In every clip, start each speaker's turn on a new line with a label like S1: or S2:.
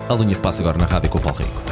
S1: A linha de passo agora na rádio com o Paulo Rico.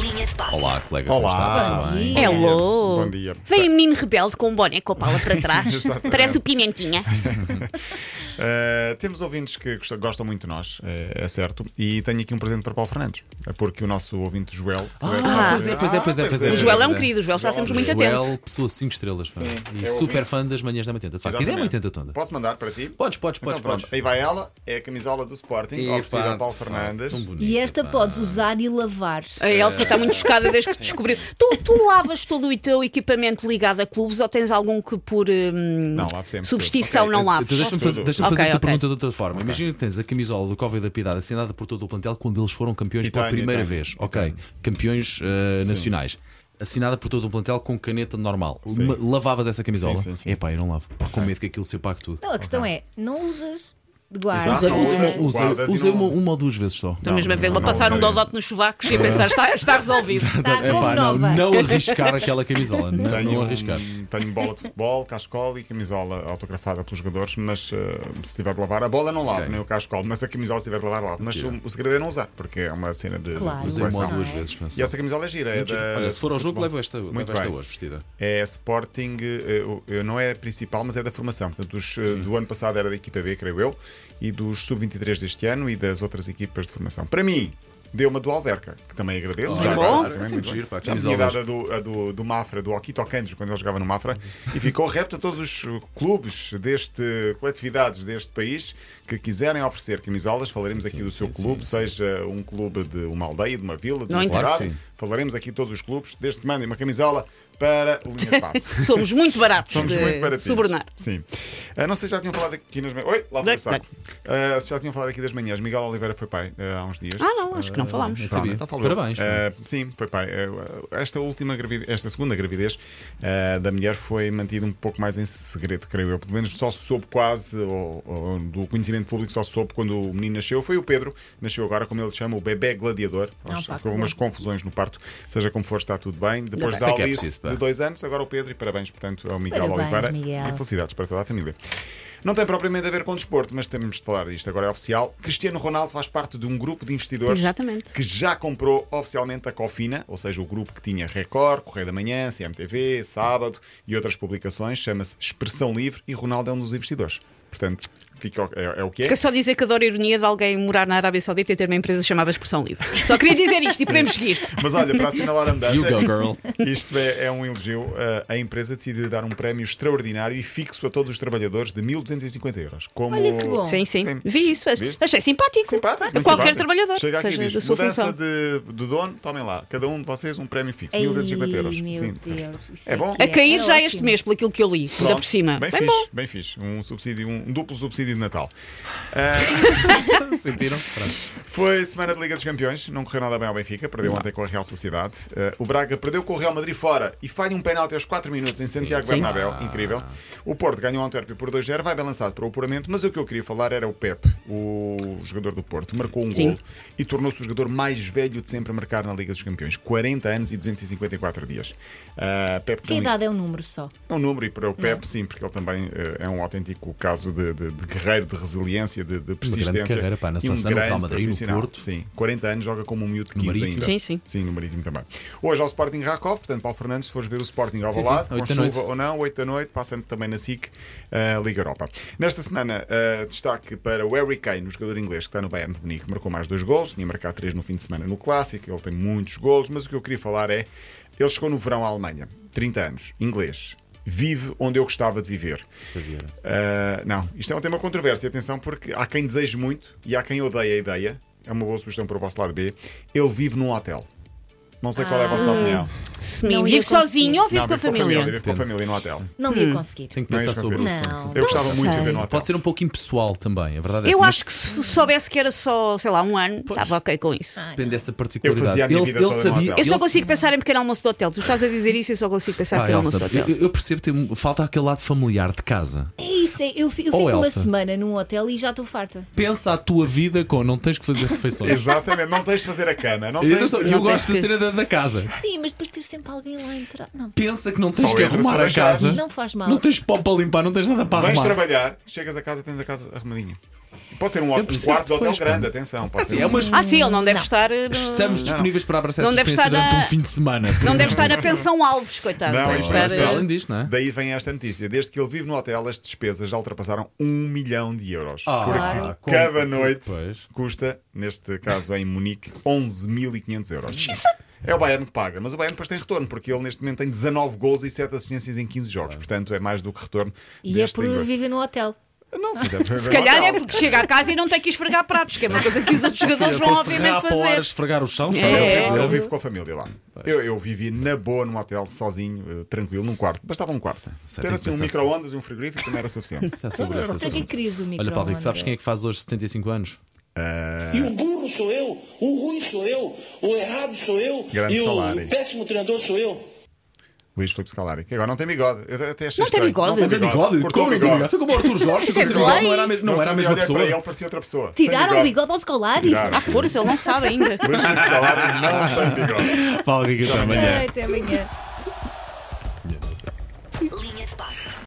S2: Linha de passe.
S1: Olá, colega.
S3: Olá.
S1: como está?
S3: Bom
S1: Está bem?
S3: dia.
S4: Hello!
S3: Bom dia.
S4: Vem o menino rebelde com um boné com a pala para trás.
S3: Exatamente.
S4: Parece o Pimentinha.
S3: Uh, temos ouvintes que gosta- gostam muito de nós, é, é certo. E tenho aqui um presente para Paulo Fernandes, eh, porque o nosso ouvinte Joel.
S1: Ah, pois é, pois é, pois é, pois é.
S4: O Joel é um
S1: Pois
S4: querido, o Joel está sempre muito
S1: Joel,
S4: atento.
S1: pessoa 5 estrelas, pá. e
S3: é o
S1: super
S3: ouvinte.
S1: fã das manhãs da 80. De facto, ainda é uma 80 tonda.
S3: Posso mandar para ti?
S1: Podes, podes,
S3: Então,
S1: podes,
S3: pronto.
S1: podes.
S3: Aí vai ela, é a camisola do Sporting,
S1: Epá,
S3: oferecida a Paulo
S1: de facto,
S3: Fernandes.
S1: tão bonita,
S5: E esta
S1: pá.
S5: podes usar e lavar.
S4: A
S3: é.
S4: Elsa está muito chocada desde que te descobriu. Tu, tu lavas todo o teu equipamento ligado a clubes ou tens algum que por hum,
S3: Não, lavo sempre
S4: substituição
S3: tudo. Ok,
S4: não
S3: então
S4: lavas?
S1: Então, Deixa-me fazer,
S3: Tudo.
S1: deixa-me
S4: Ok,
S1: fazer esta
S4: ok.
S1: pergunta de outra forma. Imagina que tens a camisola do Cova e da Piedade assinada por todo o plantel quando eles foram campeões
S3: E
S1: pela
S3: tenho,
S1: primeira
S3: tenho.
S1: vez. Ok, campeões eh, nacionais. Assinada por todo o plantel com caneta normal. Ma- Lavavas essa camisola?
S3: Sim, sim, sim.
S1: Epá, eu não lavo. Com medo que aquilo se apague tudo.
S5: Não, a questão é, não usas de
S3: Exato.
S5: guarda.
S1: Usei,
S3: não,
S1: usei uma,
S3: não,
S1: usei-
S3: guardas e
S1: usei
S3: não-
S1: uma- uma ou duas vezes só.
S4: Da mesma vez,
S3: não,
S4: vou passar
S3: não,
S4: um
S3: não.
S4: dodote nos chuvacos e pensar, está, está resolvido.
S5: Está Tá, como
S1: Epá, não,
S5: nova.
S1: não arriscar aquela camisola. Não,
S3: Tenho,
S1: É, não
S3: um-
S1: arriscar.
S3: tenho bola de futebol, cascola e camisola autografada pelos jogadores, mas eh, se tiver de lavar, a bola não lavo,
S1: Ok.
S3: nem o cascola, mas a camisola se tiver de lavar, lavo. Mas o, o segredo é não usar, porque é uma cena de, de
S5: Claro.
S1: Usei uma ou
S3: coleção.
S1: duas
S5: é?
S1: vezes. penso.
S3: E essa camisola é gira. É da,
S1: Olha, se for ao jogo,
S3: futebol.
S1: levo esta, levo
S3: Muito
S1: esta
S3: bem.
S1: hoje vestida.
S3: É Sporting, eh, o- eh, não é a principal, mas é da formação. Portanto, os, eh, do ano passado era da equipa B, creio eu, e dos sub-23 deste ano e das outras equipas de formação. Para mim, deu uma do Alverca, que também agradeço.
S1: Muito
S4: bom.
S3: agora, também,
S1: Sempre
S3: muito bem.
S1: giro, pá,
S3: Já me tinha
S1: camisolas.
S3: dado a do, a do, do Mafra, do Akito Kanjo, quando ele jogava no Mafra, e ficou repto a todos os clubes deste, coletividades deste país que quiserem oferecer camisolas. Falaremos aqui do seu
S1: sim,
S3: clube,
S1: sim.
S3: seja um clube de uma aldeia, de uma vila, de
S4: Não
S3: uma
S4: interessa.
S3: cidade.
S1: Claro que sim.
S3: Falaremos aqui de todos os clubes, desde que mandem uma camisola para a linha de passe.
S4: Somos muito baratos
S3: Somos
S4: de
S3: muito baratinhos.
S4: subornar.
S3: Sim. Ah, não sei se já tinham falado aqui nas manhãs. Oi, lá foi o saco. Ah, se já tinham falado aqui das manhãs. Miguel Oliveira foi pai ah, há uns dias.
S4: Ah, não, acho que não falámos.
S1: Não é? sabia.
S3: Então falou.
S1: Parabéns.
S3: Ah, sim, foi pai. Ah, esta última gravidez, esta segunda gravidez ah, da mulher foi mantida um pouco mais em segredo, creio eu. Pelo menos só se soube quase, ou, ou do conhecimento público, só se soube quando o menino nasceu. Foi o Pedro, nasceu agora, como ele chama, o bebê gladiador. Acho
S5: pá,
S3: que
S5: que
S3: houve umas confusões no parto, seja como for, está tudo bem. Depois
S4: bem.
S1: Isso
S3: da
S1: é que é
S3: Alice,
S1: preciso, pá.
S3: de dois anos, agora o Pedro, e parabéns, portanto, ao Miguel
S5: Parabéns,
S3: Oliveira.
S5: Miguel.
S3: E felicidades para toda a família. Não tem propriamente a ver com desporto, mas temos de falar disto agora é oficial. Cristiano Ronaldo faz parte de um grupo de investidores
S4: Exatamente.
S3: que já comprou oficialmente a Cofina, ou seja, o grupo que tinha Record, Correio da Manhã, CMTV, Sábado e outras publicações. Chama-se Expressão Livre e Ronaldo é um dos investidores. Portanto, fica, o- é, é o que é.
S4: Quero só dizer que adoro a ironia de alguém morar na Arábia Saudita e ter uma empresa chamada Expressão Livre. Só queria dizer isto e podemos seguir.
S3: Mas olha, para assinalar a andança,
S1: You go, girl.
S3: isto é, é um elogio. Uh, a empresa decidiu dar um prémio extraordinário e fixo a todos os trabalhadores de 1.250 euros. Como...
S5: Olha que bom.
S4: Sim, sim.
S3: Sim.
S4: Vi isso.
S3: Viste?
S4: Achei simpático.
S3: Simpático,
S4: a
S3: muito
S4: qualquer
S3: simpático.
S4: trabalhador,
S3: Chega aqui
S4: seja
S3: e diz,
S4: da sua
S3: mudança
S4: função.
S3: De, do dono, tomem lá. Cada um de vocês um prémio fixo,
S5: Ei,
S3: 1.250 euros.
S5: Meu
S3: Sim.
S5: Deus. isso
S3: É bom?
S5: que
S4: A cair
S5: era
S4: já
S5: ótimo.
S4: este mês, pelo aquilo que eu li, ainda
S3: Pronto.
S4: por cima.
S3: Bem,
S4: Bem
S3: fixe,
S4: bom.
S3: bem fixe. Um subsídio, um duplo subsídio de Natal.
S1: Sentiram? Pronto.
S3: Foi semana de Liga dos Campeões, não correu nada bem ao Benfica, perdeu ontem com a Real Sociedade. Eh, o Braga perdeu com o Real Madrid fora e falha um penalti aos 4 minutos em Santiago
S4: Sim. Ah.
S3: Bernabéu, incrível. O Porto ganhou ontem por 2-0, vai balançado para o apuramento, mas o que eu queria falar era o Pepe, o jogador do Porto, marcou um
S4: Sim.
S3: gol e tornou-se o jogador mais velho de sempre a marcar na Liga dos Campeões, 40 anos e 254 dias. Ah, Pepe
S5: Que
S3: tem-
S5: idade é um número só?
S3: é um número e para o Pep, sim, porque ele também eh, é um autêntico caso de, de- de guerreiro, de resiliência, de, de persistência.
S1: carreira, pá, na
S3: E
S1: seleção, no Real
S3: grande
S1: Madrid, no
S3: profissional.
S1: Porto.
S3: Sim, 40 anos, joga como um miúdo de
S1: No
S3: 15
S1: Marítimo.
S3: ainda.
S4: Sim, sim.
S3: Sim, no Marítimo também. Hoje ao Sporting Rakov, portanto, Paulo Fernandes, se fores ver o Sporting ao
S1: Sim,
S3: lado,
S1: sim,
S3: com
S1: oito da
S3: chuva
S1: noite.
S3: ou não, 8 da noite, passando também na SIC, eh, Liga Europa. Nesta semana, eh, destaque para o Harry Kane, o jogador inglês que está no Bayern de Munique, marcou mais dois golos, tinha marcado três no fim de semana no Clássico, ele tem muitos golos, mas o que eu queria falar é, ele chegou no verão à Alemanha, 30 anos, inglês, vive onde eu gostava de viver. Ah, não, isto é um tema controverso, e atenção, porque há quem deseje muito e há quem odeia a ideia, é uma boa sugestão para o vosso lado B, ele vive num hotel. Não sei qual é a vossa opinião.
S4: Se me
S5: Não
S4: vive
S5: ia
S4: sozinho
S5: conseguir.
S4: ou Ah. vive
S3: Não,
S4: com a família?
S3: Vive com a família no hotel.
S5: Não ia conseguir.
S1: Tenho é que
S3: Não
S1: pensar
S3: ias
S1: sobre o
S3: conseguir.
S1: assunto.
S5: Não.
S3: Eu gostava muito de
S4: sei.
S3: viver no hotel.
S1: Pode ser um pouco impessoal também, a verdade é
S4: Eu
S1: essa,
S4: acho que se soubesse que era só, sei lá, um ano,
S1: Pois.
S4: estava ok com isso.
S1: mas depende dessa
S3: Eu
S1: particularidade.
S3: fazia a minha vida toda no
S1: sabia.
S3: hotel.
S4: Eu só
S1: ele-
S4: consigo pensar em pequeno almoço do hotel. Tu estás a dizer isso e eu só consigo
S3: Ah,
S4: pensar em
S1: Pá,
S4: pequeno almoço
S1: Ah, Elsa,
S4: do hotel.
S1: eu, eu percebo, tem, um, falta aquele lado familiar de casa.
S5: É isso, é- eu, fi- eu
S1: Oh,
S5: fico uma
S1: Elsa.
S5: semana num hotel e já estou farta.
S1: Pensa a tua vida com não tens que fazer refeições.
S3: Exatamente, não tens de fazer a cama. Não
S1: E
S3: tens
S1: atenção,
S3: de...
S1: eu,
S4: Não
S1: gosto da
S4: tens que-
S1: cena da, da casa.
S5: Sim, mas depois tens sempre alguém lá a entrar. Não,
S1: Pensa que não tens
S3: Só
S1: que
S3: entra,
S1: arrumar
S3: só
S1: a
S3: deixa.
S1: casa.
S5: não faz mal.
S1: Não tens pó para limpar, não tens nada para
S3: Vais
S1: arrumar.
S3: trabalhar, chegas a casa tens a casa arrumadinha. Pode ser um, um
S1: percebo
S3: quarto de hotel
S1: depois, pá.
S3: grande, atenção. Pode
S1: Assim,
S3: ser
S1: é
S3: um-
S1: umas-
S4: Ah, sim, ele não deve
S5: Não.
S4: estar. eh,
S1: Estamos disponíveis para abraçar essa
S4: Não deve
S1: experiência
S4: estar
S1: durante
S4: na-
S1: um fim de semana. por
S4: Não deve
S1: exemplo.
S4: estar a pensão Alves, coitado.
S3: Não,
S4: deve
S3: isto
S4: estar,
S3: é
S4: eh,
S1: Para além disto, não é?
S3: Daí vem esta notícia. Desde que ele vive no hotel, as despesas já ultrapassaram um milhão de euros. Porque
S5: Claro.
S1: Ah, com-
S3: cada noite
S1: Pois.
S3: custa, neste caso em Munique, 11.500 euros. É o Bayern que paga, mas o Bayern depois tem retorno, porque ele neste momento tem 19 gols e 7 assistências em 15 jogos. Portanto, é mais do que retorno.
S5: E é
S3: deste
S5: por
S3: rigor.
S5: viver no hotel.
S3: Não sei, deve haver
S4: Se calhar é
S3: hotel.
S4: porque chega à casa e não tem que esfregar pratos, que é uma coisa que os outros jogadores vão
S1: Depois de
S4: obviamente
S1: rapa horas
S4: fazer.
S1: esfregar o chão,
S4: É.
S1: estás a perceber?
S3: Ele vive com a família lá. Eu, eu vivia na boa num hotel, sozinho, eh, tranquilo, num quarto. Bastava um quarto.
S1: Sim,
S3: Ter
S1: tem
S3: assim
S1: que
S3: um
S1: pensar
S3: micro-ondas e um frigorífico também era suficiente.
S1: Está tá sobre esse
S5: Até que
S1: assunto.
S5: crise o
S1: Olha, Paulo Rico,
S5: microondas.
S1: sabes quem é que faz hoje 75 anos?
S2: E o burro sou eu, o ruim sou eu, o errado sou eu
S3: Grande
S2: e
S3: Scolari.
S2: o péssimo treinador sou eu.
S3: Luís Filipe Scolari, que agora não tem bigode. Eu até achei
S4: Não tem
S3: estranho.
S4: bigode?
S3: Não
S4: Mas
S3: tem
S4: é
S3: bigode. Cortou o bigode.
S1: Foi como o Arthur Jorge, ficou
S4: Isso é
S1: sem bigode,
S4: lei.
S1: não era a mes- não era a
S3: tem
S1: mesma
S3: bigode,
S1: pessoa.
S3: Ele parecia outra pessoa. Sem
S5: Tiraram o
S3: bigode.
S5: bigode ao escolari.
S3: Tiraram.
S4: À força, Ah, ele não sabe ainda.
S3: Luís Filipe Scolari não tem bigode. é.
S1: Paulo Rico, até amanhã.
S5: Ai, Até amanhã.